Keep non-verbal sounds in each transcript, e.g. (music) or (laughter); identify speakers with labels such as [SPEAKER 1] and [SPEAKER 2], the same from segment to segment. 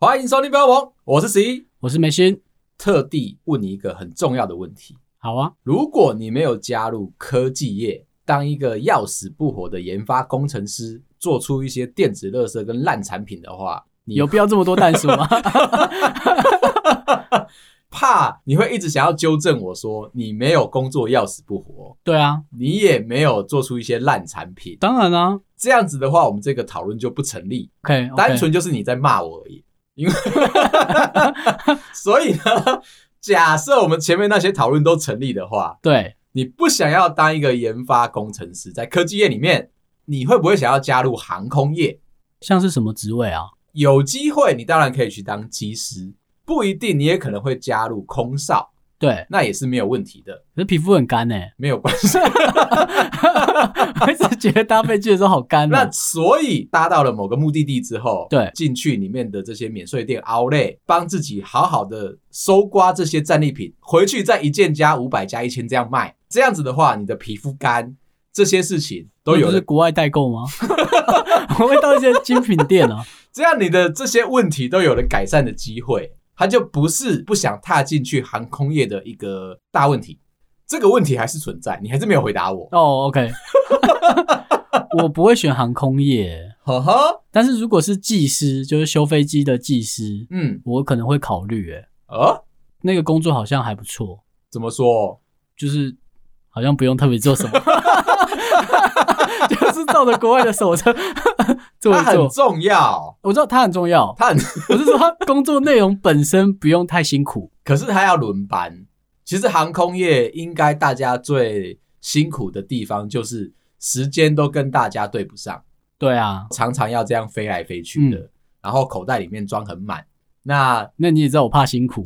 [SPEAKER 1] 欢迎收听标王，我是十一，
[SPEAKER 2] 我是梅心。
[SPEAKER 1] 特地问你一个很重要的问题：
[SPEAKER 2] 好啊，
[SPEAKER 1] 如果你没有加入科技业，当一个要死不活的研发工程师，做出一些电子垃圾跟烂产品的话，你
[SPEAKER 2] 有必要这么多蛋数
[SPEAKER 1] (laughs)
[SPEAKER 2] 吗？
[SPEAKER 1] 怕你会一直想要纠正我说你没有工作要死不活，
[SPEAKER 2] 对啊，
[SPEAKER 1] 你也没有做出一些烂产品，
[SPEAKER 2] 当然啊。
[SPEAKER 1] 这样子的话，我们这个讨论就不成立，
[SPEAKER 2] OK，, o
[SPEAKER 1] 单纯就是你在骂我而已。因为， (laughs) 所以呢，假设我们前面那些讨论都成立的话，
[SPEAKER 2] 对，
[SPEAKER 1] 你不想要当一个研发工程师，在科技业里面，你会不会想要加入航空业？
[SPEAKER 2] 像是什么职位啊？
[SPEAKER 1] 有机会，你当然可以去当机师，不一定，你也可能会加入空少，
[SPEAKER 2] 对，
[SPEAKER 1] 那也是没有问题的，
[SPEAKER 2] 可是皮肤很干呢、
[SPEAKER 1] (laughs) 没有关
[SPEAKER 2] 哦
[SPEAKER 1] 系。
[SPEAKER 2] 我一直觉得搭配剧的时候好干哦、
[SPEAKER 1] 那所以搭到了某个目的地之后，
[SPEAKER 2] 对
[SPEAKER 1] 进去里面的这些免税店 o u t l 帮自己好好的搜刮这些战利品，回去再一件加五百加一千这样卖，这样子的话，你的皮肤干这些事情都有
[SPEAKER 2] 嗯那不是
[SPEAKER 1] 了，
[SPEAKER 2] 国外代购吗？ (laughs) 我会到一些精品店啊。
[SPEAKER 1] 这样你的这些问题都有了改善的机会，它就不是不想踏进去航空业的一个大问题。这个问题还是存在，你还是没有回答我。
[SPEAKER 2] 哦、o k (laughs) 我不会选航空业，
[SPEAKER 1] 呵呵，
[SPEAKER 2] 但是如果是技师，就是修飞机的技师，
[SPEAKER 1] 嗯，
[SPEAKER 2] 我可能会考虑。诶，
[SPEAKER 1] 呃，
[SPEAKER 2] 那个工作好像还不错，
[SPEAKER 1] 怎么说？
[SPEAKER 2] 就是好像不用特别
[SPEAKER 1] (laughs)
[SPEAKER 2] 做什么，就是照着国外的手册 (laughs) 做
[SPEAKER 1] 它
[SPEAKER 2] 一
[SPEAKER 1] 很
[SPEAKER 2] 做。
[SPEAKER 1] 重要，
[SPEAKER 2] 我知道它很重要，
[SPEAKER 1] 它很 (laughs)
[SPEAKER 2] 我是说它工作内容本身不用太辛苦。
[SPEAKER 1] 可是他要轮班。其实航空业应该大家最辛苦的地方就是时间都跟大家对不上，
[SPEAKER 2] 对啊，
[SPEAKER 1] 常常要这样飞来飞去的，
[SPEAKER 2] 嗯
[SPEAKER 1] 然后口袋里面装很满。那
[SPEAKER 2] 那你也知道我怕辛
[SPEAKER 1] (laughs)
[SPEAKER 2] 苦。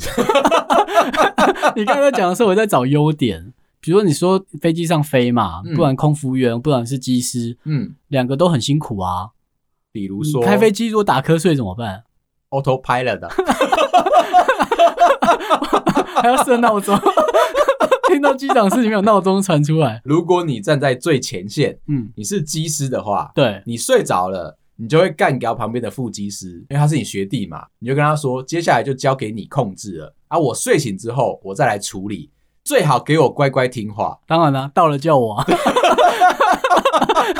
[SPEAKER 2] 你刚才讲的时候，我在找优点，比如说你说飞机上飞嘛，
[SPEAKER 1] 嗯
[SPEAKER 2] 不然空服员，不然是机师，
[SPEAKER 1] 嗯，
[SPEAKER 2] 两个都很辛苦啊。
[SPEAKER 1] 比如
[SPEAKER 2] 你
[SPEAKER 1] 说
[SPEAKER 2] 开飞机如果打瞌睡怎么办？
[SPEAKER 1] autopilot 啊
[SPEAKER 2] 还要设
[SPEAKER 1] (laughs)
[SPEAKER 2] 闹钟，听到机长室里面有闹钟传出来。
[SPEAKER 1] 如果你站在最前线，
[SPEAKER 2] 嗯，
[SPEAKER 1] 你是机师的话，
[SPEAKER 2] 对，
[SPEAKER 1] 你睡着了。你就会干掉旁边的副机师，因为他是你学弟嘛，你就跟他说，接下来就交给你控制了啊！我睡醒之后，我再来处理，最好给我乖乖听话。
[SPEAKER 2] 当然啦、到了叫我、啊。 (laughs)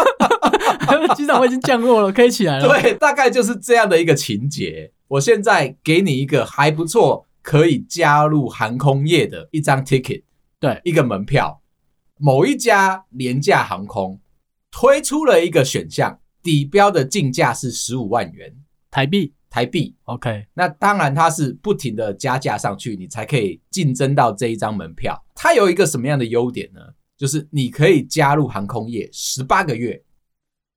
[SPEAKER 2] 机长，我已经降落了，可以起来了。
[SPEAKER 1] 对， (laughs) 大概就是这样的一个情节。我现在给你一个还不错，可以加入航空业的一张 ticket，
[SPEAKER 2] 对
[SPEAKER 1] 一个门票。某一家廉价航空推出了一个选项，底标的进价是十五万元
[SPEAKER 2] 台币
[SPEAKER 1] 台币。
[SPEAKER 2] ，OK，
[SPEAKER 1] 那当然，它是不停的加价上去，你才可以竞争到这一张门票。它有一个什么样的优点呢？就是你可以加入航空业十八个月，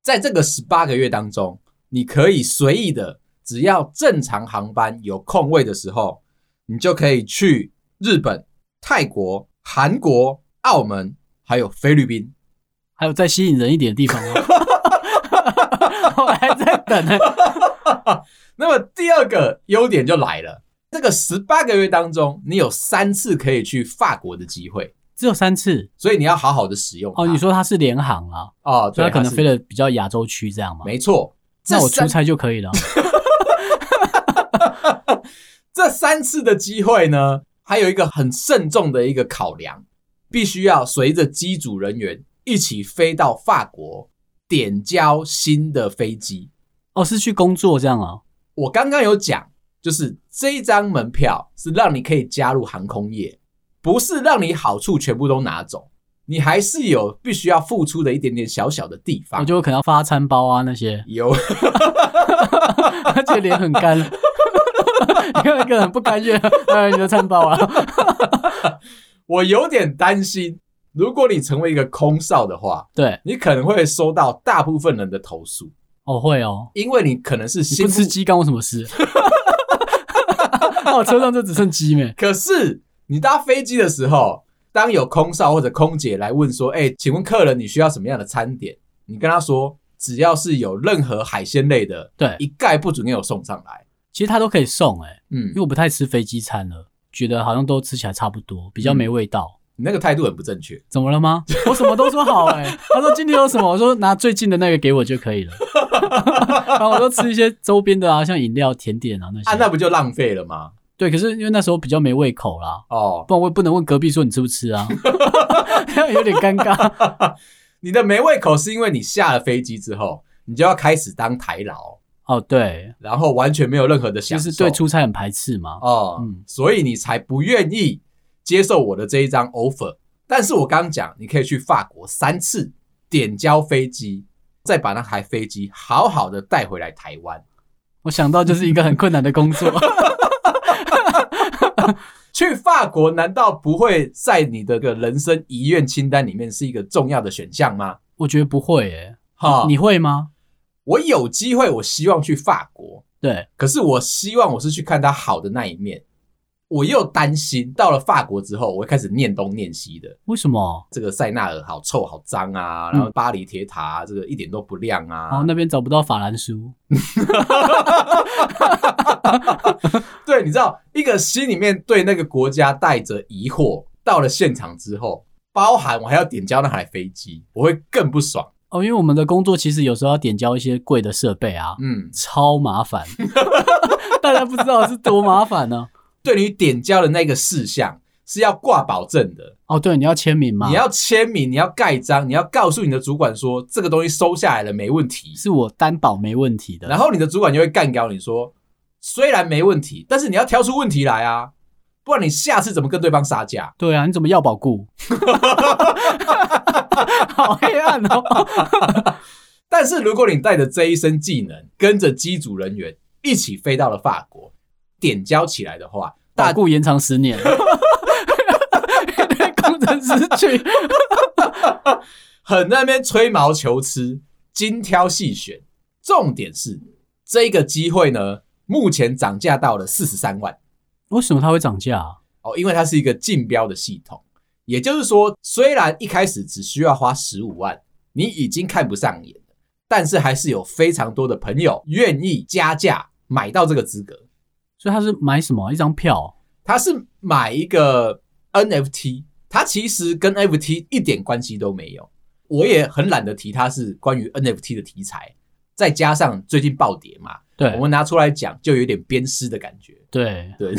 [SPEAKER 1] 在这个十八个月当中，你可以随意的，只要正常航班有空位的时候，你就可以去日本、泰国、韩国、澳门，还有菲律宾。
[SPEAKER 2] 还有再吸引人一点的地方吗？ (laughs) 我还在等呢、
[SPEAKER 1] 那么第二个优点就来了，这个十八个月当中，你有三次可以去法国的机会。
[SPEAKER 2] 只有三次
[SPEAKER 1] 所以你要好好的使用它。
[SPEAKER 2] 哦。你说它是联航啊，
[SPEAKER 1] 哦，对，
[SPEAKER 2] 所以它可能
[SPEAKER 1] 是
[SPEAKER 2] 飞的比较亚洲区这样嘛。
[SPEAKER 1] 没错。这
[SPEAKER 2] 那我出
[SPEAKER 1] 三
[SPEAKER 2] 差就
[SPEAKER 1] (laughs)
[SPEAKER 2] 可以了。
[SPEAKER 1] 这三次的机会呢，还有一个很慎重的一个考量，必须要随着机组人员一起飞到法国点交新的飞机。
[SPEAKER 2] 哦，是去工作这样啊？
[SPEAKER 1] 我刚刚有讲，就是这一张门票是让你可以加入航空业，不是让你好处全部都拿走，你还是有必须要付出的一点点小小的地
[SPEAKER 2] 我
[SPEAKER 1] 方。，
[SPEAKER 2] 就可能要发餐包啊那些 (laughs)
[SPEAKER 1] 有
[SPEAKER 2] 而且脸很干。 (laughs) 你看那个人不甘愿，哎，你的 (laughs) 餐包啊，
[SPEAKER 1] 我有点担心，如果你成为一个空少的话，
[SPEAKER 2] 对，
[SPEAKER 1] 你可能会收到大部分人的投诉，
[SPEAKER 2] 哦会哦，
[SPEAKER 1] 因为你可能是
[SPEAKER 2] 你
[SPEAKER 1] 新
[SPEAKER 2] 不吃，鸡干我什么事？ (laughs) 那我车上就只剩鸡没，
[SPEAKER 1] (laughs) 可是你搭飞机的时候，当有空少或者空姐来问说：“哎、请问客人你需要什么样的餐点？”你跟他说，只要是有任何海鲜类的，
[SPEAKER 2] 对
[SPEAKER 1] 一概不准给我送上来。
[SPEAKER 2] 其实他都可以送哎、因
[SPEAKER 1] 嗯
[SPEAKER 2] 为，我不太吃飞机餐了。觉得好像都吃起来差不多，比较没味道。
[SPEAKER 1] 你那个态度很不正确。
[SPEAKER 2] 怎么了吗？我什么都说好
[SPEAKER 1] (laughs)
[SPEAKER 2] 哎、他说今天有什么，我说拿最近的那个给我就可以了。 (laughs) 然后我就吃一些周边的啊，像饮料、甜点啊那些。
[SPEAKER 1] 啊，那不就浪费了吗？
[SPEAKER 2] 对，可是因为那时候比较没胃口啦，
[SPEAKER 1] 哦，
[SPEAKER 2] 不然我也不能问隔壁说你吃不吃啊， (laughs) 有点尴尬。
[SPEAKER 1] 你的没胃口是因为你下了飞机之后，你就要开始当台劳，
[SPEAKER 2] 哦，对，
[SPEAKER 1] 然后完全没有任何的
[SPEAKER 2] 就
[SPEAKER 1] 享受，
[SPEAKER 2] 是对出差很排斥嘛。
[SPEAKER 1] 哦，
[SPEAKER 2] 嗯
[SPEAKER 1] 所以你才不愿意接受我的这一张 offer。但是我刚刚讲，你可以去法国三次点交飞机，再把那台飞机好好的带回来台湾。
[SPEAKER 2] 我想到就是一个很困难的工作，
[SPEAKER 1] 去法国难道不会在你的个人生遗愿清单里面是一个重要的选项吗？
[SPEAKER 2] 我觉得不会哎、
[SPEAKER 1] 哈，
[SPEAKER 2] 你会吗？
[SPEAKER 1] 我有机会，我希望去法国，
[SPEAKER 2] 对，
[SPEAKER 1] 可是我希望我是去看它好的那一面。我又担心到了法国之后，我会开始念东念西的，
[SPEAKER 2] 为什么？
[SPEAKER 1] 这个塞纳尔好臭好脏啊，
[SPEAKER 2] 嗯
[SPEAKER 1] 然后巴黎铁塔、啊、这个一点都不亮啊。
[SPEAKER 2] 然哦后那边找不到法兰书，
[SPEAKER 1] 对，你知道一个心里面对那个国家带着疑惑，到了现场之后，包含我还要点交那台飞机，我会更不爽。
[SPEAKER 2] 哦，因为我们的工作其实有时候要点交一些贵的设备啊，
[SPEAKER 1] 嗯，
[SPEAKER 2] 超麻
[SPEAKER 1] (laughs)
[SPEAKER 2] 烦，大家不知道是多麻烦呢、
[SPEAKER 1] 对你点交的那个事项是要挂保证的，
[SPEAKER 2] 哦，对，你要签名吗？
[SPEAKER 1] 你要签名，你要盖章，你要告诉你的主管说这个东西收下来了没问题，
[SPEAKER 2] 是我担保没问题的。
[SPEAKER 1] 然后你的主管就会干掉你说，虽然没问题，但是你要挑出问题来啊，不然你下次怎么跟对方杀价？
[SPEAKER 2] 对啊，你怎么要
[SPEAKER 1] (laughs)
[SPEAKER 2] 保固？好黑暗 (laughs) 哦！
[SPEAKER 1] 但是如果你带着这一身技能，跟着机组人员一起飞到了法国，点交起来的话，
[SPEAKER 2] (laughs) 保
[SPEAKER 1] 大
[SPEAKER 2] 固延长十年， (laughs) 工程师去
[SPEAKER 1] 很那边吹毛求疵，精挑细选。重点是这个机会呢，目前涨价到了四十三万
[SPEAKER 2] 为什么它会涨价啊、
[SPEAKER 1] 哦，因为它是一个竞标的系统，也就是说，虽然一开始只需要花十五万，你已经看不上眼了，但是还是有非常多的朋友愿意加价买到这个资格。
[SPEAKER 2] 所以他是买什么？一张票？
[SPEAKER 1] 他是买一个 NFT，它其实跟 NFT 一点关系都没有。我也很懒得提它是关于 NFT 的题材，再加上最近暴跌嘛，
[SPEAKER 2] 对
[SPEAKER 1] 我们拿出来讲就有点鞭尸的感觉，
[SPEAKER 2] 对，
[SPEAKER 1] 对，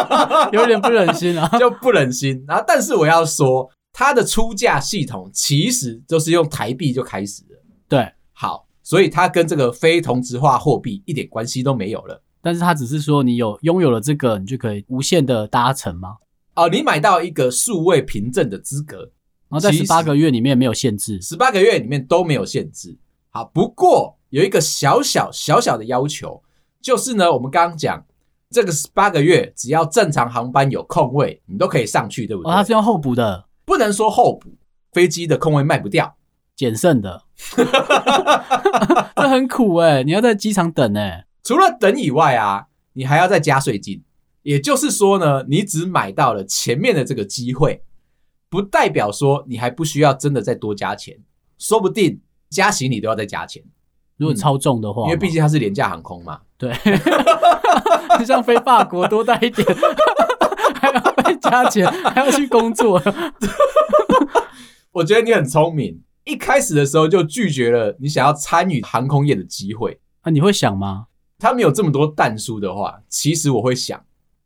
[SPEAKER 1] (laughs)
[SPEAKER 2] 有点不忍心啊。
[SPEAKER 1] 就不忍心。然后，但是我要说，它的出价系统其实就是用台币就开始了。
[SPEAKER 2] 对，
[SPEAKER 1] 好，所以它跟这个非同质化货币一点关系都没有了。
[SPEAKER 2] 但是他只是说你有拥有了这个，你就可以无限的搭乘嘛。
[SPEAKER 1] 哦，你买到一个数位凭证的资格，
[SPEAKER 2] 然后在
[SPEAKER 1] 其实
[SPEAKER 2] 十八个月里面没有限制，
[SPEAKER 1] 十八个月里面都没有限制。好，不过有一个小小小小的要求，就是呢，我们刚刚讲这个十八个月，只要正常航班有空位，你都可以上去，对不
[SPEAKER 2] 哦，
[SPEAKER 1] 对？
[SPEAKER 2] 它是用候补的、
[SPEAKER 1] 不能说候补，飞机的空位卖不掉。
[SPEAKER 2] 减
[SPEAKER 1] (laughs)
[SPEAKER 2] 剩的，这很苦哎、你要在机场等哎、
[SPEAKER 1] 除了等以外啊，你还要再加税金。也就是说呢，你只买到了前面的这个机会，不代表说你还不需要真的再多加钱，说不定加行李都要再加钱，
[SPEAKER 2] 如果
[SPEAKER 1] 嗯
[SPEAKER 2] 超重的话嘛，
[SPEAKER 1] 因为毕竟它是廉价航空嘛。
[SPEAKER 2] 对， (laughs) 就像飞法国多带一点， (laughs) 还要被加钱，还要去工作，啊
[SPEAKER 1] 我觉得你很聪明，一开始的时候就拒绝了你想要参与航空业的机会。
[SPEAKER 2] 啊，你会想吗？
[SPEAKER 1] 他们有这么多弹书的话，其实我会想，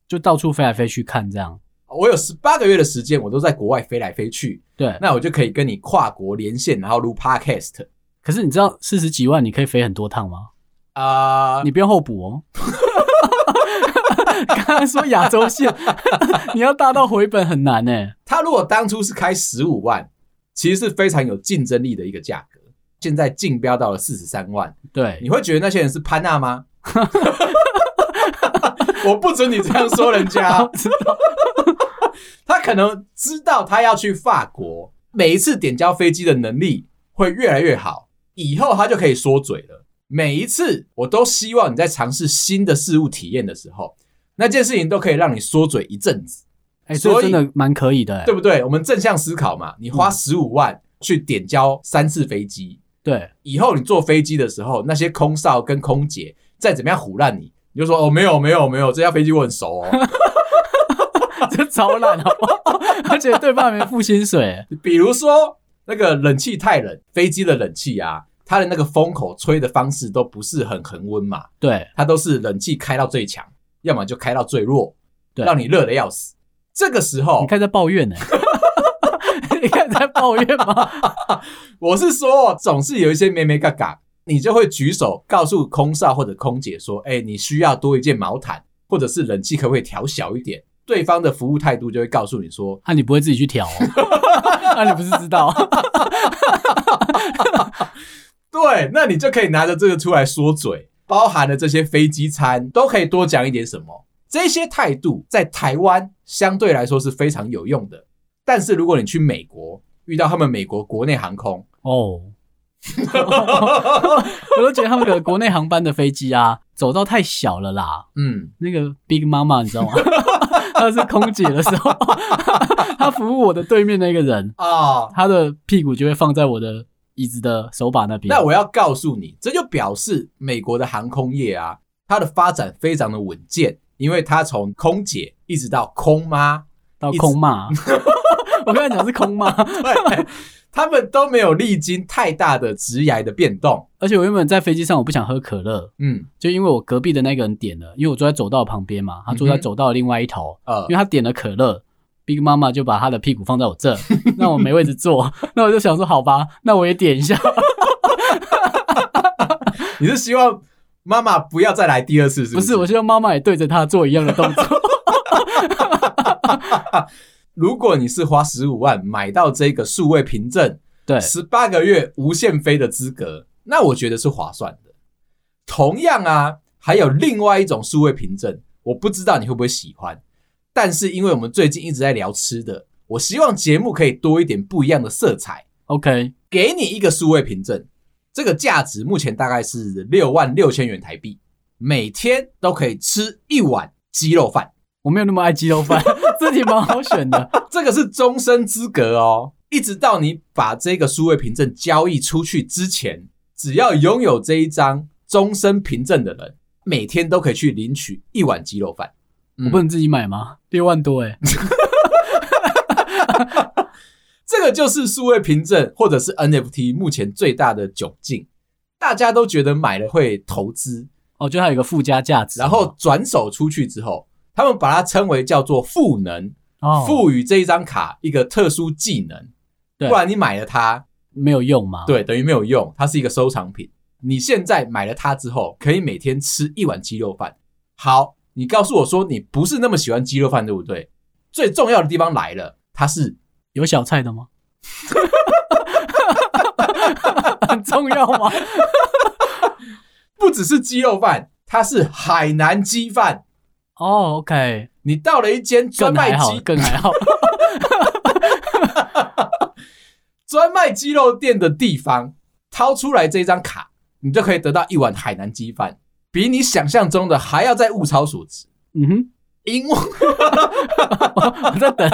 [SPEAKER 2] 就到处飞来飞去看这样，
[SPEAKER 1] 我有十八个月的时间，我都在国外飞来飞去，
[SPEAKER 2] 对。
[SPEAKER 1] 那我就可以跟你跨国连线，然后录 podcast
[SPEAKER 2] 可是你知道四十几万你可以飞很多趟吗？
[SPEAKER 1] 啊、
[SPEAKER 2] 你不用候补哦。 (laughs) 刚才说亚洲线， (laughs) 你要搭到回本很难哎、
[SPEAKER 1] 他如果当初是开十五万，其实是非常有竞争力的一个价格，现在竞标到了四十三万，
[SPEAKER 2] 对，
[SPEAKER 1] 你会觉得那些人是潘娜吗？ (laughs) 我不准你这样说人家。他可能知道他要去法国，每一次点交飞机的能力会越来越好，以后他就可以说嘴了。每一次我都希望你在尝试新的事物体验的时候，那件事情都可以让你说嘴一阵子，
[SPEAKER 2] (laughs) 哎、这
[SPEAKER 1] 所以
[SPEAKER 2] 真的蛮可以的、欸。
[SPEAKER 1] 对不对？我们正向思考嘛，你花十五万去点交三次飞机，
[SPEAKER 2] 对， (laughs)
[SPEAKER 1] 以后你坐飞机的时候，那些空少跟空姐再怎么样唬烂你，你就说哦没有没有没有，这架飞机我很熟哦。
[SPEAKER 2] 这超烂好不好？而且对方还没付薪水，
[SPEAKER 1] 比如说那个冷气太冷，飞机的冷气啊，它的那个风口吹的方式都不是很恒温嘛，
[SPEAKER 2] 对，
[SPEAKER 1] 它都是冷气开到最强，要么就开到最弱，
[SPEAKER 2] 对
[SPEAKER 1] 让你热的要死。这个时候
[SPEAKER 2] 你，看在抱怨呢、 (laughs) 你看在抱怨吗？ (laughs)
[SPEAKER 1] 我是说，总是有一些咩咩嘎嘎，你就会举手告诉空少或者空姐说：“哎、你需要多一件毛毯，或者是冷气可不可以调小一点？”对方的服务态度就会告诉你说
[SPEAKER 2] 啊，你不会自己去调、哦？ (laughs) 啊，你不是知道？：“
[SPEAKER 1] 对，那你就可以拿着这个出来说嘴，包含了这些飞机餐都可以多讲一点什么。”这些态度在台湾相对来说是非常有用的，但是如果你去美国遇到他们美国国内航空，
[SPEAKER 2] 哦， (laughs) 我都觉得他们的国内航班的飞机啊，走道太小了啦。
[SPEAKER 1] 嗯，
[SPEAKER 2] 那个 Big Mama 你知道吗？ (laughs) 她是空姐的时候， (laughs) 她服务我的对面那个人，
[SPEAKER 1] 啊、
[SPEAKER 2] 她的屁股就会放在我的椅子的手把那边。
[SPEAKER 1] 那我要告诉你，这就表示美国的航空业啊，它的发展非常的稳健，因为它从空姐一直到空妈， (laughs)
[SPEAKER 2] 到空骂， (laughs) 我刚才讲是空骂，
[SPEAKER 1] 对，他们都没有历经太大的职涯的变动。
[SPEAKER 2] 而且我原本在飞机上我不想喝可乐，
[SPEAKER 1] 嗯，
[SPEAKER 2] 就因为我隔壁的那个人点了，因为我坐在走道旁边嘛，他坐在
[SPEAKER 1] 嗯哼
[SPEAKER 2] 走道的另外一头，
[SPEAKER 1] 呃
[SPEAKER 2] 因为，他点了可乐。Big 妈妈就把她的屁股放在我这， (laughs) 让我没位置坐。 (laughs) 那我就想说，好吧，那我也点一下。
[SPEAKER 1] (laughs) 你是希望妈妈不要再来第二次，是
[SPEAKER 2] 不
[SPEAKER 1] 不是？
[SPEAKER 2] 是，我希望妈妈也对着她做一样的动
[SPEAKER 1] (laughs)
[SPEAKER 2] 作。
[SPEAKER 1] 如果你是花十五万买到这个数位凭证，
[SPEAKER 2] 对，
[SPEAKER 1] 十八个月无限飞的资格，那我觉得是划算的。同样啊，还有另外一种数位凭证，我不知道你会不会喜欢，但是因为我们最近一直在聊吃的，我希望节目可以多一点不一样的色彩。
[SPEAKER 2] OK，
[SPEAKER 1] 给你一个数位凭证，这个价值目前大概是六万六千元台币，每天都可以吃一碗鸡肉饭，
[SPEAKER 2] 我没有那么爱鸡
[SPEAKER 1] (laughs)
[SPEAKER 2] 肉饭，这题蛮好选的。
[SPEAKER 1] 这个是终身资格哦，一直到你把这个数位凭证交易出去之前，只要拥有这一张终身凭证的人，每天都可以去领取一碗鸡肉饭。嗯
[SPEAKER 2] 我不能自己买吗？六万多哎、
[SPEAKER 1] 这个就是数位凭证或者是 NFT 目前最大的窘境，大家都觉得买了会投资，
[SPEAKER 2] 我觉得还哦有一个附加价值嘛。
[SPEAKER 1] 然后转手出去之后，他们把它称为叫做赋能，
[SPEAKER 2] 哦，
[SPEAKER 1] 赋予这一张卡一个特殊技能，
[SPEAKER 2] 对
[SPEAKER 1] 不然你买了它，
[SPEAKER 2] 没有用嘛？，
[SPEAKER 1] 对，等于没有用，它是一个收藏品。你现在买了它之后，可以每天吃一碗鸡肉饭。好，你告诉我说你不是那么喜欢鸡肉饭，对不对？最重要的地方来了，它是
[SPEAKER 2] 有小菜的吗？很重要吗？
[SPEAKER 1] 不只是鸡肉饭，它是海南鸡饭。
[SPEAKER 2] (laughs) 哦，OK、
[SPEAKER 1] 你到了一间
[SPEAKER 2] o k
[SPEAKER 1] 专
[SPEAKER 2] 更还
[SPEAKER 1] 卖
[SPEAKER 2] 好，
[SPEAKER 1] 鸡
[SPEAKER 2] 更还
[SPEAKER 1] (laughs)
[SPEAKER 2] 好。
[SPEAKER 1] 专卖鸡肉店的地方，掏出来这张卡，你就可以得到一碗海南鸡饭，比你想象中的还要再物超所值。
[SPEAKER 2] 嗯
[SPEAKER 1] 因为
[SPEAKER 2] 哼，我在等。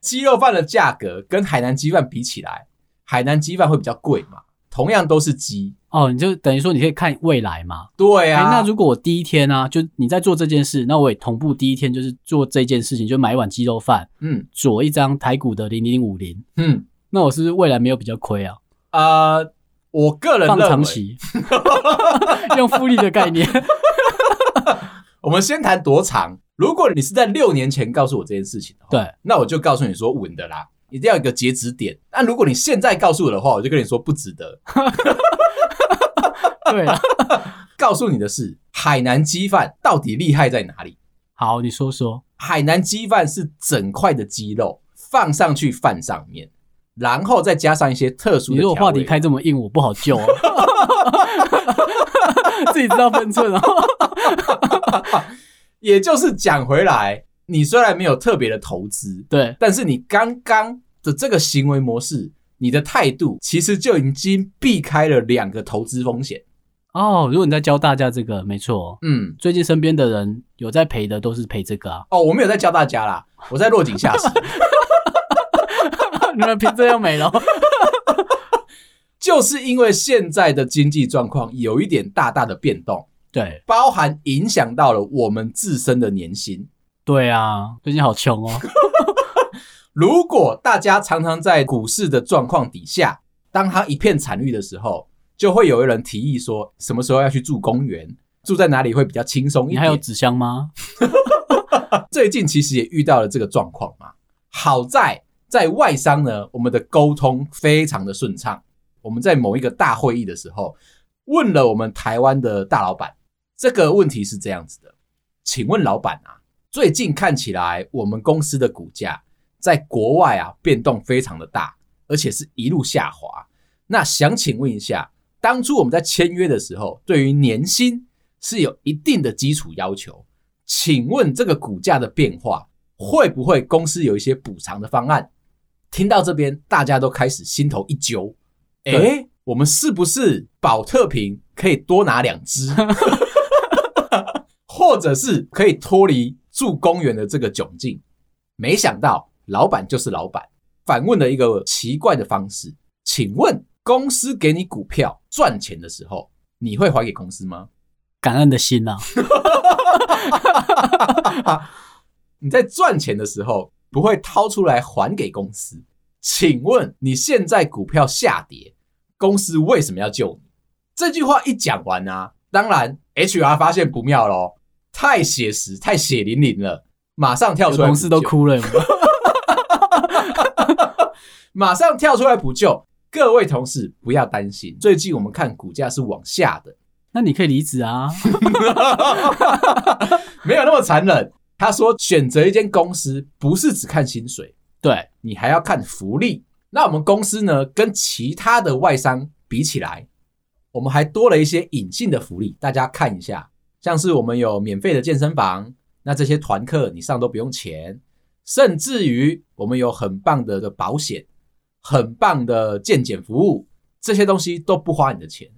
[SPEAKER 1] 鸡肉饭的价格跟海南鸡饭比起来，海南鸡饭会比较贵嘛？同样都是鸡，
[SPEAKER 2] 哦，你就等于说你可以看未来嘛？
[SPEAKER 1] 对
[SPEAKER 2] 哎、
[SPEAKER 1] 啊。
[SPEAKER 2] 那如果我第一天啊，就你在做这件事，那我也同步第一天就是做这件事情，就买一碗鸡肉饭，
[SPEAKER 1] 嗯
[SPEAKER 2] 左一张台股的零零五零，
[SPEAKER 1] 嗯
[SPEAKER 2] 那我是不是未来没有比较亏啊？
[SPEAKER 1] 呃，我个人
[SPEAKER 2] 放
[SPEAKER 1] 认
[SPEAKER 2] 长
[SPEAKER 1] 为，
[SPEAKER 2] 期， (laughs) 用复利的概 (laughs) 念。
[SPEAKER 1] 我们先谈多长。如果你是在六年前告诉我这件事情的话，
[SPEAKER 2] 对，
[SPEAKER 1] 那我就告诉你说稳的啦，一定要有一个截止点。那如果你现在告诉我的话，我就跟你说不值得。
[SPEAKER 2] 对啊，
[SPEAKER 1] 告诉你的是，海南鸡饭到底厉害在哪里？
[SPEAKER 2] 好，你说说。
[SPEAKER 1] 海南鸡饭是整块的鸡肉放上去饭上面，然后再加上一些特殊
[SPEAKER 2] 你
[SPEAKER 1] 的
[SPEAKER 2] 如果
[SPEAKER 1] 调
[SPEAKER 2] 话题
[SPEAKER 1] 味。
[SPEAKER 2] 开这么硬，我不好救 (laughs) 哦。自己知道分寸哦。 (laughs)
[SPEAKER 1] 也就是讲回来，你虽然没有特别的投资，
[SPEAKER 2] 对，
[SPEAKER 1] 但是你刚刚的这个行为模式，你的态度其实就已经避开了两个投资风险。
[SPEAKER 2] 哦，如果你在教大家这个，没错，哦
[SPEAKER 1] 嗯，
[SPEAKER 2] 最近身边的人有在赔的，都是赔这个啊。
[SPEAKER 1] 哦，我没有在教大家啦，我在落井下石。
[SPEAKER 2] (laughs) 你们凭这要没了。
[SPEAKER 1] 就是因为现在的经济状况有一点大大的变动，
[SPEAKER 2] (laughs) 对，
[SPEAKER 1] 包含影响到了我们自身的年薪。
[SPEAKER 2] 对啊，最近好穷哦。
[SPEAKER 1] 如果大家常常在股市的状况底下，当它一片惨绿的时候，就会有人提议说，什么时候要去住公园，住在哪里会比较轻松一
[SPEAKER 2] (laughs) 你
[SPEAKER 1] 点。
[SPEAKER 2] 还有纸箱吗？
[SPEAKER 1] 最近其实也遇到了这个状况嘛。好在在外商呢，我们的沟通非常的顺畅。我们在某一个大会议的时候，问了我们台湾的大老板这个问题是这样子的：请问老板啊，最近看起来我们公司的股价在国外啊变动非常的大，而且是一路下滑。那想请问一下，当初我们在签约的时候，对于年薪是有一定的基础要求，请问这个股价的变化会不会公司有一些补偿的方案？听到这边，大家都开始心头一揪，诶，
[SPEAKER 2] 对
[SPEAKER 1] 我们是不是保特瓶可以多拿两只， (laughs) 或者是可以脱离住公园的这个窘境？没想到老板就是老板，反问了一个奇怪的方式：请问公司给你股票赚钱的时候，你会还给公司
[SPEAKER 2] (laughs)
[SPEAKER 1] 吗？
[SPEAKER 2] 感恩的心呐、啊，
[SPEAKER 1] 你在赚钱的时候不会掏出来还给公司。请问你现在股票下跌，公司为什么要救你？这句话一讲完啊，当然 HR 发现不妙喽，太写实、太血淋淋了，马上跳
[SPEAKER 2] 有
[SPEAKER 1] 出来，
[SPEAKER 2] 同事都，哭了有没 (laughs) 有
[SPEAKER 1] 马上跳出来补救。各位同事不要担心，最近我们看股价是往下的，
[SPEAKER 2] 那你可以离职啊。
[SPEAKER 1] 没有那么残忍。他说，选择一间公司不是只看薪水，
[SPEAKER 2] 对，
[SPEAKER 1] 你还要看福利。那我们公司呢，跟其他的外商比起来，我们还多了一些隐性的福利，大家看一下，像是我们有免费的健身房，那这些团课你上都不用钱，甚至于我们有很棒的的保险，很棒的健检服务，这些东西都不花你的钱。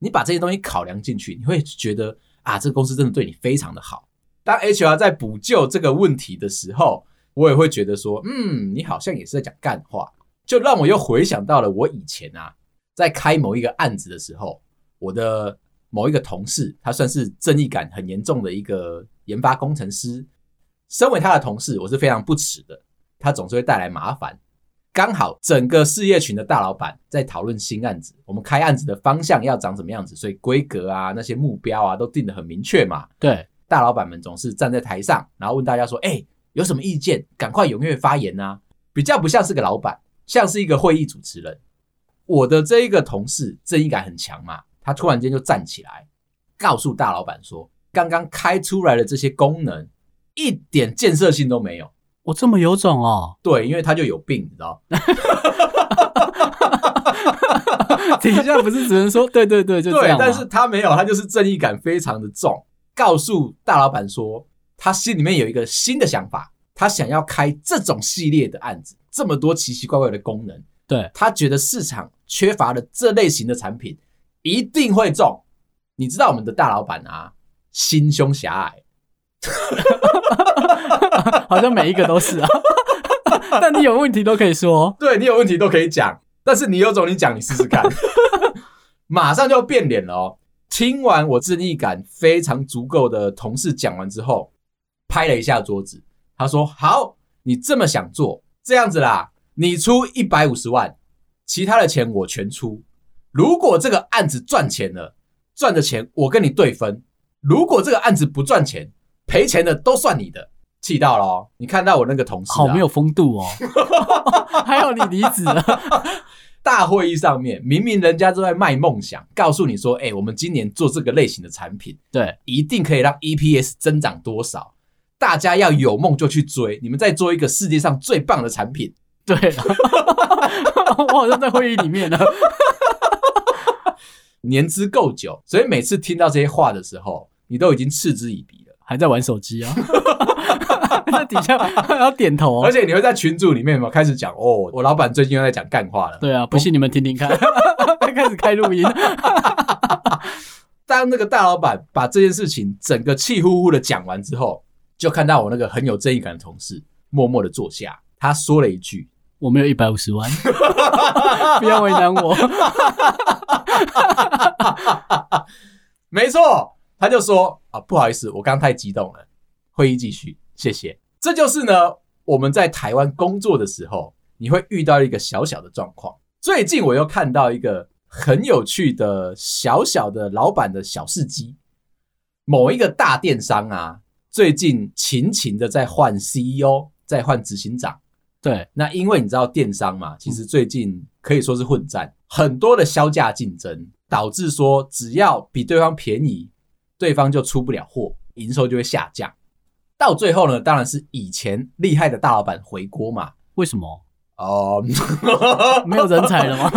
[SPEAKER 1] 你把这些东西考量进去，你会觉得啊，这个公司真的对你非常的好。当 HR 在补救这个问题的时候，我也会觉得说，嗯，你好像也是在讲干话，就让我又回想到了我以前啊，在开某一个案子的时候，我的某一个同事，他算是正义感很严重的一个研发工程师，身为他的同事，我是非常不耻的，他总是会带来麻烦。刚好整个事业群的大老板在讨论新案子，我们开案子的方向要长什么样子，所以规格啊那些目标啊都定得很明确嘛。
[SPEAKER 2] 对，
[SPEAKER 1] 大老板们总是站在台上，然后问大家说：“哎、有什么意见？赶快踊跃发言啊！”比较不像是个老板，像是一个会议主持人。我的这一个同事正义感很强嘛，他突然间就站起来，告诉大老板说：“刚刚开出来的这些功能，一点建设性都没有。”
[SPEAKER 2] 我这么有种 (laughs) 哦，
[SPEAKER 1] 对，因为他就有病，你知道？
[SPEAKER 2] 底下不是只能说 (laughs) 对对对，就这
[SPEAKER 1] 对
[SPEAKER 2] 样，啊吗
[SPEAKER 1] 但是他没有，他就是正义感非常的重，告诉大老板说，他心里面有一个新的想法，他想要开这种系列的案子，这么多奇奇怪怪的功能，
[SPEAKER 2] 对
[SPEAKER 1] 他觉得市场缺乏了这类型的产品，一定会中。你知道我们的大老板啊，心胸狭隘，
[SPEAKER 2] 好像每一个都是 (laughs) 啊。但你有问题都可以说，
[SPEAKER 1] 对你有问题都可以讲，但是你有种你讲，你试试看，
[SPEAKER 2] (laughs)
[SPEAKER 1] 马上就变脸了哦。听完我正义感非常足够的同事讲完之后，拍了一下桌子，他说：“好，你这么想做，这样子啦，你出一百五十万，其他的钱我全出。如果这个案子赚钱了，赚的钱我跟你对分；如果这个案子不赚钱，赔钱的都算你的。”气到了、哦，你看到我那个同事、啊、
[SPEAKER 2] 好没有风度哦。 (laughs) 还有你离职啊了，
[SPEAKER 1] 大会议上面，明明人家都在卖梦想，告诉你说，哎、我们今年做这个类型的产品，
[SPEAKER 2] 对，
[SPEAKER 1] 一定可以让 EPS 增长多少，大家要有梦就去追，你们在做一个世界上最棒的产品，
[SPEAKER 2] 对啊了， (laughs) 我好像在会议里面啊了。
[SPEAKER 1] 年资够久，所以每次听到这些话的时候，你都已经嗤之以鼻了，
[SPEAKER 2] 还在玩手机啊， (laughs) 在底下还要点头、
[SPEAKER 1] 而
[SPEAKER 2] 哦。
[SPEAKER 1] 且你会在群组里面有没有开始讲，哦，我老板最近又在讲干话了。
[SPEAKER 2] 对啊，不信你们听听看，开始开录音。
[SPEAKER 1] 当那个大老板把这件事情整个气呼呼的讲完之后，就看到我那个很有正义感的同事默默的坐下，他说了一句。
[SPEAKER 2] 我没有一百五十万， (laughs) 不要为难我。
[SPEAKER 1] 没错，他就说啊，不好意思，我刚太激动了，会议继续。谢谢。这就是呢，我们在台湾工作的时候，你会遇到一个小小的状况。最近我又看到一个很有趣的小小的老板的小事机，某一个大电商啊，最近勤勤的在换 CEO，在换执行长。
[SPEAKER 2] 对，
[SPEAKER 1] 那因为你知道电商嘛，其实最近可以说是混战，很多的销价竞争，导致说只要比对方便宜，对方就出不了货，营收就会下降。到最后呢，当然是以前厉害的大老板回锅嘛。
[SPEAKER 2] 为什么
[SPEAKER 1] 哦、
[SPEAKER 2] 没有人才了吗？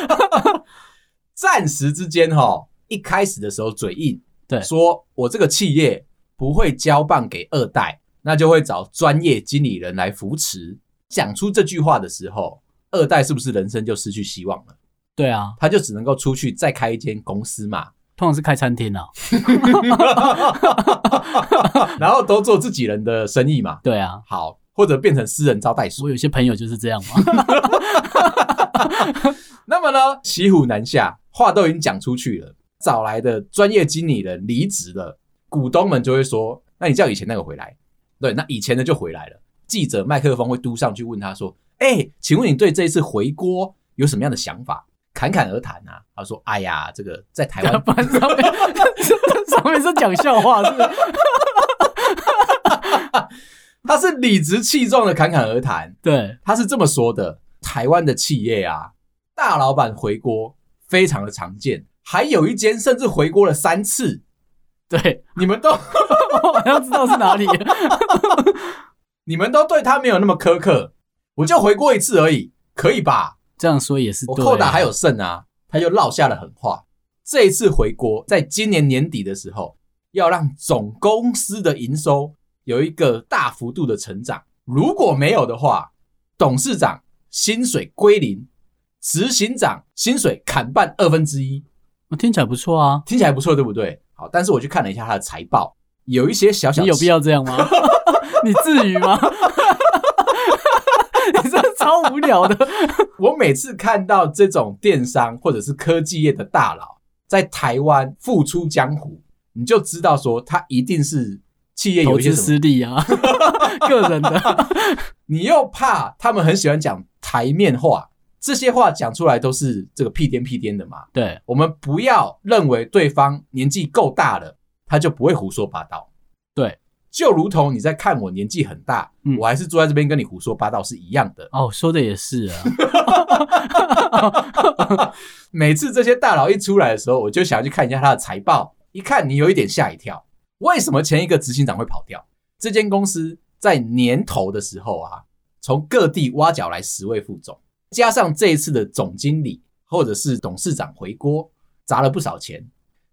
[SPEAKER 1] (laughs) 暂时之间哈、一开始的时候嘴硬，
[SPEAKER 2] 对
[SPEAKER 1] 说我这个企业不会交棒给二代，那就会找专业经理人来扶持。讲出这句话的时候，二代是不是人生就失去希望了？
[SPEAKER 2] 对啊，
[SPEAKER 1] 他就只能够出去再开一间公司嘛，
[SPEAKER 2] 通常是开餐厅啊。
[SPEAKER 1] 然后都做自己人的生意嘛，
[SPEAKER 2] 对啊，
[SPEAKER 1] 好，或者变成私人招待所。
[SPEAKER 2] 我有些朋友就是这样嘛。
[SPEAKER 1] 那么呢，骑虎难下，话都已经讲出去了，找来的专业经理人离职了，股东们就会说：“那你叫以前那个回来。”对，那以前的就回来了。记者麦克风会嘟上去问他说：“哎、请问你对这一次回锅有什么样的想法？”侃侃而谈啊，他说：“哎呀，这个在台
[SPEAKER 2] (laughs)
[SPEAKER 1] 湾
[SPEAKER 2] 啊不然上面上面是讲笑话，是
[SPEAKER 1] (laughs)
[SPEAKER 2] 不是？
[SPEAKER 1] 他是理直气壮的侃侃而谈，
[SPEAKER 2] 对，
[SPEAKER 1] 他是这么说的：台湾的企业啊，大老板回锅非常的常见，还有一间甚至回锅了三次，
[SPEAKER 2] 对，
[SPEAKER 1] 你们都。”
[SPEAKER 2] 我好像知道是哪里。
[SPEAKER 1] 你们都对他没有那么苛刻，我就回过一次而已，可以吧？
[SPEAKER 2] 这样说也是
[SPEAKER 1] 我
[SPEAKER 2] 对啊。
[SPEAKER 1] 扣打还有剩啊，他就落下了狠话。这一次回国，在今年年底的时候，要让总公司的营收有一个大幅度的成长。如果没有的话，董事长薪水归零，执行长薪水砍半二分之一，
[SPEAKER 2] 我听起来不错啊。
[SPEAKER 1] 听起来不错，对不对？好，但是我去看了一下他的财报，有一些小小
[SPEAKER 2] 你有必要这
[SPEAKER 1] (laughs)
[SPEAKER 2] 样吗？你至于吗？你这超无聊的。
[SPEAKER 1] 我每次看到这种电商或者是科技业的大佬在台湾复出江湖，你就知道说他一定是企哎业有
[SPEAKER 2] 投
[SPEAKER 1] 一些
[SPEAKER 2] 资
[SPEAKER 1] 什么，
[SPEAKER 2] 失利啊， (laughs) 个人的。
[SPEAKER 1] 你又怕他们很喜欢讲台面话，这些话讲出来都是这个屁颠屁颠的嘛。
[SPEAKER 2] 对，
[SPEAKER 1] 我们不要认为对方年纪够大了，他就不会胡说八道。
[SPEAKER 2] 对，
[SPEAKER 1] 就如同你在看我年纪很大，
[SPEAKER 2] 嗯
[SPEAKER 1] 我还是坐在这边跟你胡说八道是一样的。
[SPEAKER 2] 哦，说的也是啊。
[SPEAKER 1] (laughs) 每次这些大佬一出来的时候，我就想要去看一下他的财报，一看你有一点吓一跳，为什么前一个执行长会跑掉？这间公司在年头的时候啊，从各地挖角来十位副总，加上这一次的总经理或者是董事长回锅，砸了不少钱。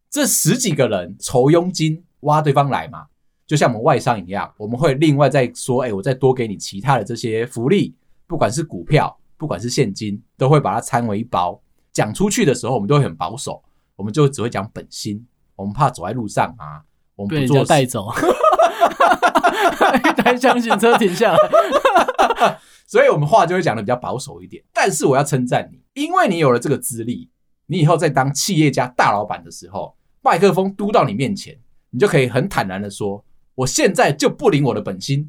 [SPEAKER 1] 这十几个人筹佣金挖对方来嘛，就像我们外商一样，我们会另外再说，哎、我再多给你其他的这些福利，不管是股票，不管是现金，都会把它掺为一包。讲出去的时候，我们都会很保守，我们就只会讲本心，我们怕走在路上啊，我
[SPEAKER 2] 被
[SPEAKER 1] 们 (laughs) 不
[SPEAKER 2] 人
[SPEAKER 1] 做
[SPEAKER 2] 家
[SPEAKER 1] 事
[SPEAKER 2] 带走， (laughs) 一台箱型车停下来。
[SPEAKER 1] 所以我们话就会讲的比较保守一点。但是我要称赞你，因为你有了这个资历，你以后在当企业家大老板的时候，麦克风嘟到你面前，你就可以很坦然的说：“我现在就不领我的本薪，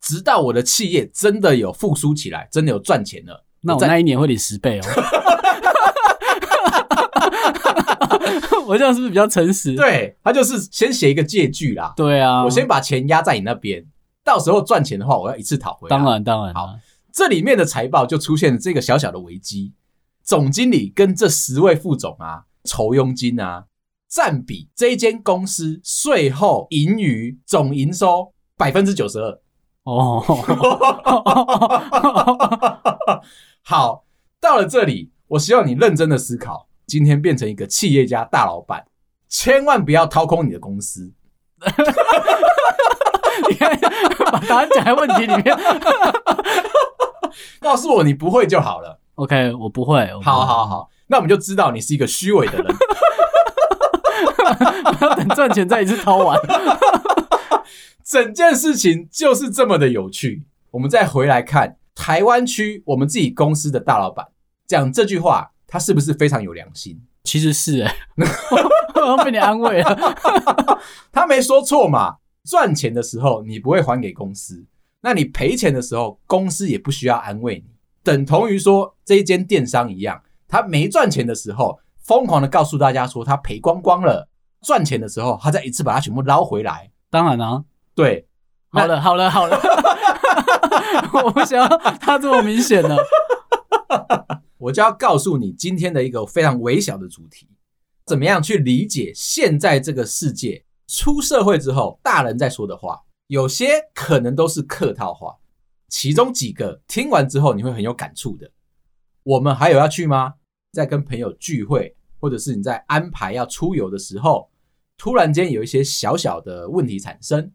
[SPEAKER 1] 直到我的企业真的有复苏起来，真的有赚钱了。”
[SPEAKER 2] 那我
[SPEAKER 1] 再
[SPEAKER 2] 那一年会领十倍哦。 (laughs) 我这样是不是比较诚实？
[SPEAKER 1] 对他就是先写一个借据啦，
[SPEAKER 2] 对啊，
[SPEAKER 1] 我先把钱压在你那边，到时候赚钱的话，我要一次讨回来。
[SPEAKER 2] 当然当然
[SPEAKER 1] 好
[SPEAKER 2] 啊，
[SPEAKER 1] 这里面的财报就出现了这个小小的危机。总经理跟这十位副总啊，酬佣金啊，占比这一间公司税后盈余总营收百分之九十二。 (laughs)
[SPEAKER 2] 哦，
[SPEAKER 1] 好，到了这里，我希望你认真的思考，今天变成一个企业家大老板，千万不要掏空你的公司。
[SPEAKER 2] (laughs) 你看把答案讲在问题里面。
[SPEAKER 1] 告诉我你不会就好了。
[SPEAKER 2] OK，我不会。我不会
[SPEAKER 1] 好好，好，那我们就知道你是一个虚伪的人。
[SPEAKER 2] 等赚钱再一次掏
[SPEAKER 1] (laughs)
[SPEAKER 2] 完。
[SPEAKER 1] 整件事情就是这么的有趣。我们再回来看台湾区我们自己公司的大老板讲这句话，他是不是非常有良心？
[SPEAKER 2] 欸 (laughs) 其实是哎，我我被你安慰了。
[SPEAKER 1] 他没说错嘛，赚钱的时候你不会还给公司，那你赔钱的时候，公司也不需要安慰你，等同于说这一间电商一样，他没赚钱的时候，疯狂的告诉大家说他赔光光了，赚钱的时候，他再一次把它全部捞回来。
[SPEAKER 2] 当然啊，
[SPEAKER 1] 对，那
[SPEAKER 2] 好了好了好了， (laughs) 我不想要他这么明显的。
[SPEAKER 1] 我就要告诉你今天的一个非常微小的主题，怎么样去理解现在这个世界出社会之后大人在说的话，有些可能都是客套话，其中几个听完之后你会很有感触的。我们还有要去吗？在跟朋友聚会，或者是你在安排要出游的时候，突然间有一些小小的问题产生，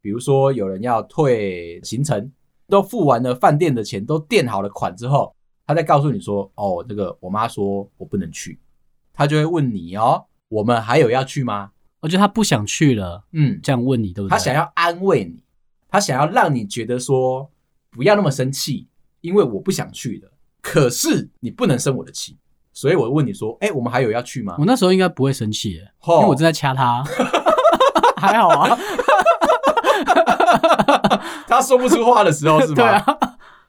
[SPEAKER 1] 比如说有人要退行程，都付完了饭店的钱，都垫好了款之后，他再告诉你说：“哦，那个我妈说我不能去。”他就会问你哦：“我们还有要去吗
[SPEAKER 2] 我觉得他不想去了，？”
[SPEAKER 1] 嗯，
[SPEAKER 2] 这样问你对不对？
[SPEAKER 1] 他想要安慰你，他想要让你觉得说不要那么生气，因为我不想去的。可是你不能生我的气，所以我问你说：“哎、我们还有要去吗
[SPEAKER 2] 我那时候应该不会生气耶，？”欸因
[SPEAKER 1] 因
[SPEAKER 2] 为我正在
[SPEAKER 1] (laughs)
[SPEAKER 2] 掐他，还好啊，
[SPEAKER 1] 他说不出话的
[SPEAKER 2] (laughs)
[SPEAKER 1] 时候哦是吗？
[SPEAKER 2] 对啊，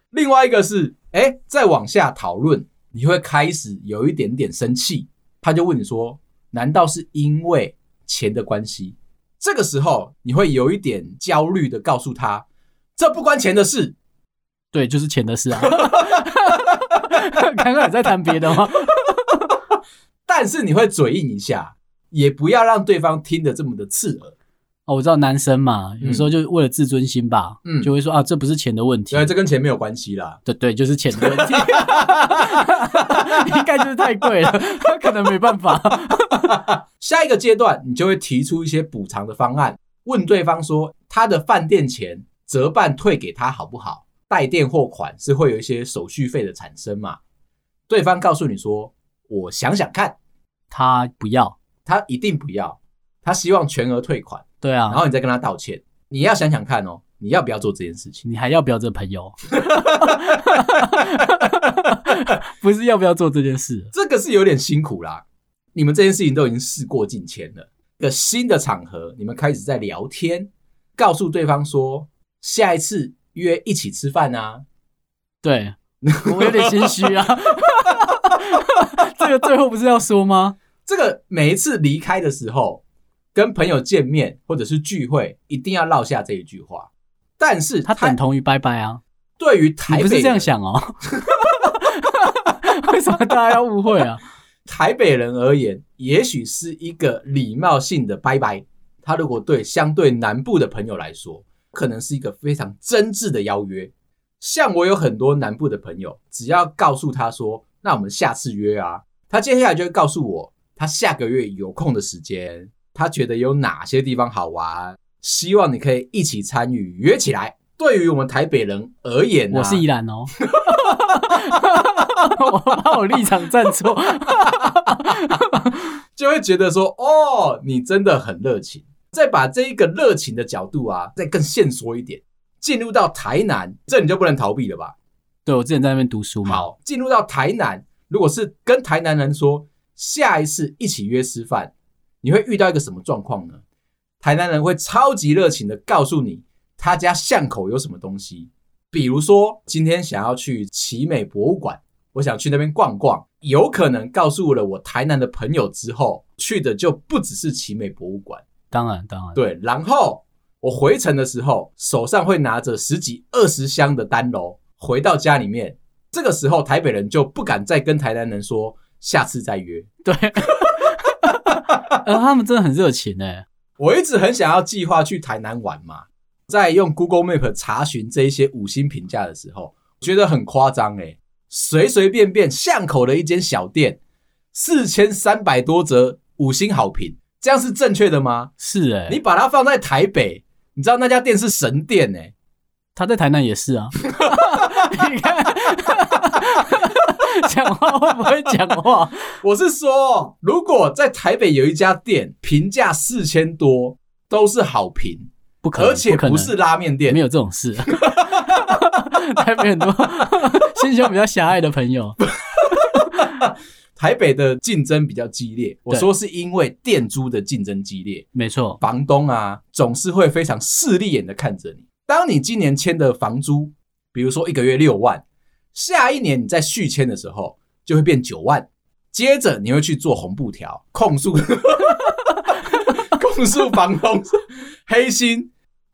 [SPEAKER 1] 另外一个是，哎、再往下讨论，你会开始有一点点生气。他就问你说：“难道是因为钱的关系？”这个时候，你会有一点焦虑的告诉他：“这不关钱的事。
[SPEAKER 2] 对，就是钱的事啊。 (laughs) 刚刚你在谈别的吗？”
[SPEAKER 1] 但是你会嘴硬一下，也不要让对方听得这么的刺耳。
[SPEAKER 2] 哦，我知道男生嘛，有时候就为了自尊心吧，
[SPEAKER 1] 嗯
[SPEAKER 2] 就会说啊，这不是钱的问题
[SPEAKER 1] 对，，这跟钱没有关系啦。
[SPEAKER 2] 对对，就是钱的问题， (laughs) 应该就是太贵了， (laughs) 他可能没办法。
[SPEAKER 1] 下一个阶段，你就会提出一些补偿的方案，问对方说他的饭店钱折半退给他好不好？带电货款是会有一些手续费的产生嘛？对方告诉你说，我想想看，
[SPEAKER 2] 他不要，
[SPEAKER 1] 他一定不要，他希望全额退款，
[SPEAKER 2] 对
[SPEAKER 1] 然
[SPEAKER 2] 啊，
[SPEAKER 1] 后你再跟他道歉。你要想想看哦，你要不要做这件事情？
[SPEAKER 2] 你还要不要这朋友？ (laughs) 不是要不要做这件事？
[SPEAKER 1] 这个是有点辛苦啦。你们这件事情都已经事过境迁了，一个新的场合，你们开始在聊天，告诉对方说下一次约一起吃饭啊。
[SPEAKER 2] 对，我有点心虚啊。 (laughs) 这个最后不是要说吗？
[SPEAKER 1] 这个每一次离开的时候，跟朋友见面或者是聚会，一定要落下这一句话。但是
[SPEAKER 2] 它
[SPEAKER 1] 他
[SPEAKER 2] 等同于拜拜啊，
[SPEAKER 1] 对于
[SPEAKER 2] 你
[SPEAKER 1] 台
[SPEAKER 2] 不
[SPEAKER 1] 北
[SPEAKER 2] 是这样
[SPEAKER 1] 人
[SPEAKER 2] 想哦？ (laughs) 为什么大家要误会啊？
[SPEAKER 1] 台北人而言，也许是一个礼貌性的拜拜。他如果对相对南部的朋友来说，可能是一个非常真挚的邀约。像我有很多南部的朋友，只要告诉他说：“那我们下次约啊。”他接下来就会告诉我，他下个月有空的时间，他觉得有哪些地方好玩，希望你可以一起参与，约起来。对于我们台北人而言、啊，
[SPEAKER 2] 我是宜兰哦， (laughs) 我怕我立场站错。
[SPEAKER 1] 就会觉得说，哦，你真的很热情。再把这一个热情的角度啊，再更线索一点，进入到台南，这你就不能逃避了吧？
[SPEAKER 2] 对我之前在那边读书嘛，
[SPEAKER 1] 好，进入到台南，如果是跟台南人说下一次一起约吃饭，你会遇到一个什么状况呢？台南人会超级热情的告诉你他家巷口有什么东西，比如说今天想要去奇美博物馆，我想去那边逛逛，有可能告诉了我台南的朋友之后，去的就不只是奇美博物馆。
[SPEAKER 2] 当然当然，
[SPEAKER 1] 对，然后我回程的时候，手上会拿着十几、二十箱的单楼，回到家里面。这个时候，台北人就不敢再跟台南人说下次再约。
[SPEAKER 2] 对。呃，他们真的很热情哎，
[SPEAKER 1] 我一直很想要计划去台南玩嘛，在用 Google Map 查询这一些五星评价的时候，觉得很夸张诶，随随便便巷口的一间小店，四千三百多折五星好评，这样是正确的吗？
[SPEAKER 2] 是哎，
[SPEAKER 1] 你把它放在台北，你知道那家店是神店欸诶。
[SPEAKER 2] 他在台南也是
[SPEAKER 1] (laughs)
[SPEAKER 2] 啊。你看， (laughs) 讲话会不会讲话？
[SPEAKER 1] 我是说，如果在台北有一家店评价四千多，都是好评，
[SPEAKER 2] 不可能，
[SPEAKER 1] 而且
[SPEAKER 2] 可
[SPEAKER 1] 不
[SPEAKER 2] 能
[SPEAKER 1] 是拉面店
[SPEAKER 2] 没，有这种事。 (laughs)
[SPEAKER 1] (laughs)
[SPEAKER 2] 台北很多心胸比较狭隘的朋友，
[SPEAKER 1] 台北的竞争比较激烈。我说是因为店租的竞争激烈，
[SPEAKER 2] 没错，
[SPEAKER 1] 房东啊总是会非常势利眼的看着你。当你今年签的房租，比如说一个月六万，下一年你再续签的时候就会变九万，接着你会去做红布条控诉， (laughs) 控诉房东黑心。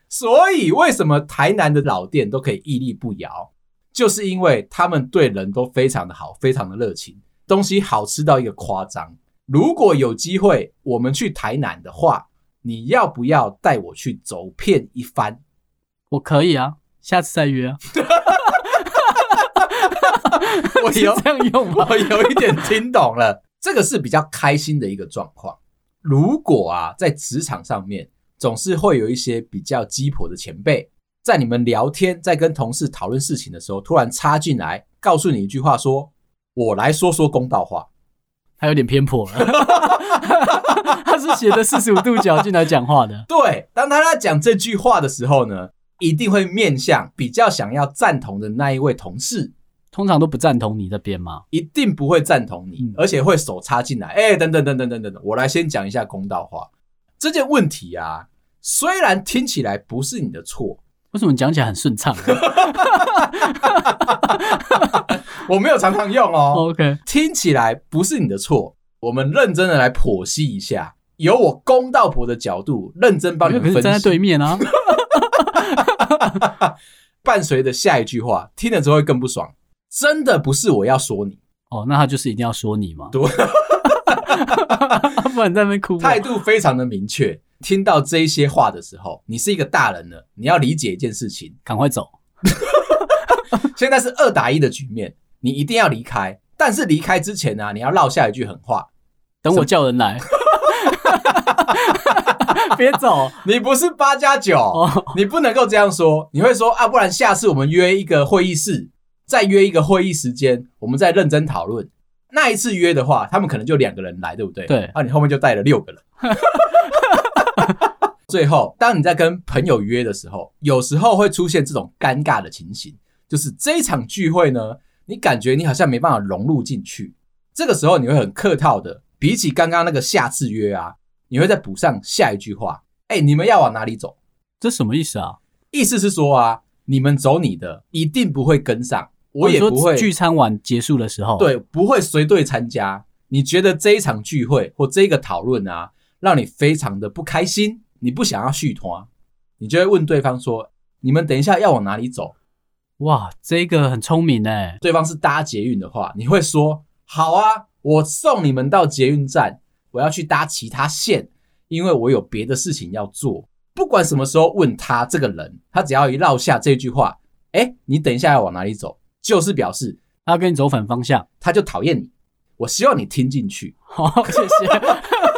[SPEAKER 1] 所以为什么台南的老店都可以屹立不摇，就是因为他们对人都非常的好，非常的热情，东西好吃到一个夸张。如果有机会我们去台南的话，你要不要带我去走遍一
[SPEAKER 2] (laughs)
[SPEAKER 1] 番？
[SPEAKER 2] 我可以啊，下次再约啊。
[SPEAKER 1] 我
[SPEAKER 2] 是
[SPEAKER 1] 有
[SPEAKER 2] 这样用吗？
[SPEAKER 1] 我有一点听懂了，这个是比较开心的一个状况。如果啊，在职场上面总是会有一些比较鸡婆的前辈，在你们聊天、在跟同事讨论事情的时候，突然插进来，告诉你一句话说，我来说说公道话。
[SPEAKER 2] 他有点偏颇了， (laughs) 他是斜着四十五度角进来讲话的。
[SPEAKER 1] 对，当他在讲这句话的时候呢，一定会面向比较想要赞同的那一位同事，
[SPEAKER 2] 通常都不赞同你这边嘛，
[SPEAKER 1] 一定不会赞同你，
[SPEAKER 2] 嗯
[SPEAKER 1] 而且会手插进来，哎、等等等等等等等，我来先讲一下公道话这件问题啊，虽然听起来不是你的错，
[SPEAKER 2] 为什么你讲起来很顺畅、啊
[SPEAKER 1] 我没有常常用哦，
[SPEAKER 2] o k
[SPEAKER 1] 听起来不是你的错，我们认真的来剖析一下，由我公道婆的角度认真 (laughs) 帮你
[SPEAKER 2] 可
[SPEAKER 1] 们
[SPEAKER 2] 是
[SPEAKER 1] 分
[SPEAKER 2] 站在
[SPEAKER 1] 析，
[SPEAKER 2] 对面啊，
[SPEAKER 1] 伴随着下一句话，听了之后会更不爽，真的不是我要说你，
[SPEAKER 2] 哦，那他就是一定要说你嘛，
[SPEAKER 1] 对
[SPEAKER 2] (laughs) 不然你在那边哭啊。
[SPEAKER 1] 态度非常的明确。听到这一些话的时候，你是一个大人了，你要理解一件事情。
[SPEAKER 2] 赶快走，
[SPEAKER 1] 现在是二打一的局面，你一定要离开。但是离开之前呢、啊你要落下一句狠话：
[SPEAKER 2] 等我叫
[SPEAKER 1] (laughs)
[SPEAKER 2] 人来， (laughs) 别走
[SPEAKER 1] (laughs) 你不是八加九，
[SPEAKER 2] 哦，
[SPEAKER 1] 你不能够这样说。你会说啊，不然下次我们约一个会议室，再约一个会议时间，我们再认真讨论。那一次约的话，他们可能就两个人来，对不对？
[SPEAKER 2] 对
[SPEAKER 1] 啊，你后面就带了六个人。 (laughs) 最后，当你在跟朋友约的时候，有时候会出现这种尴尬的情形，就是这一场聚会呢，你感觉你好像没办法融入进去。这个时候你会很客套的，比起刚刚那个下次约啊，你会再补上下一句话：“哎、你们要往哪里走？”
[SPEAKER 2] 这什么意思啊？
[SPEAKER 1] 意思是说啊，你们走你的，一定不会跟上，我也
[SPEAKER 2] 哦你说
[SPEAKER 1] 不会
[SPEAKER 2] 聚餐晚结束的时候，，
[SPEAKER 1] 对，不会随队参加。你觉得这一场聚会或这个讨论啊，让你非常的不开心，你不想要续团，你就会问对方说：“你们等一下要往哪里走
[SPEAKER 2] 哇，这个很聪明哎？”，
[SPEAKER 1] 对方是搭捷运的话，你会说：“好啊，我送你们到捷运站，我要去搭其他线，因为我有别的事情要做。”不管什么时候问他这个人，他只要一落下这句话：“哎，你等一下要往哪里走”，就是表示
[SPEAKER 2] 他跟你走反方向， (laughs)
[SPEAKER 1] 他就讨厌你。我希望你听进去。
[SPEAKER 2] 好、谢谢。 (laughs)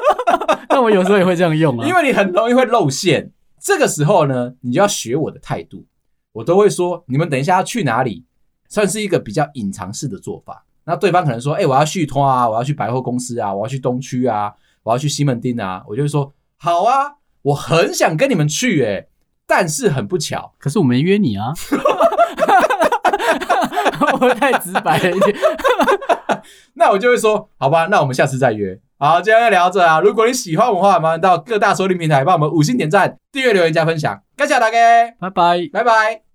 [SPEAKER 2] 但我有时候也会这样用啊，
[SPEAKER 1] 因
[SPEAKER 2] 为
[SPEAKER 1] 为你很容易会露馅。这个时候呢，你就要学我的态度，我都会说你们等一下要去哪里，算是一个比较隐藏式的做法。那对方可能说，哎、我要续通啊，我要去百货公司啊，我要去东区啊，我要去西门町啊，我就会说好啊，我很想跟你们去、欸，但是很不巧，
[SPEAKER 2] 可是我没约你啊， (laughs) 我太直白了一点。
[SPEAKER 1] 那我就会说，好吧，那我们下次再约。好，今天就聊到这啊。如果你喜欢我们的话，麻烦到各大收听平台帮我们五星点赞、订阅、留言、加分享，感谢大家，
[SPEAKER 2] 拜拜。
[SPEAKER 1] 拜拜。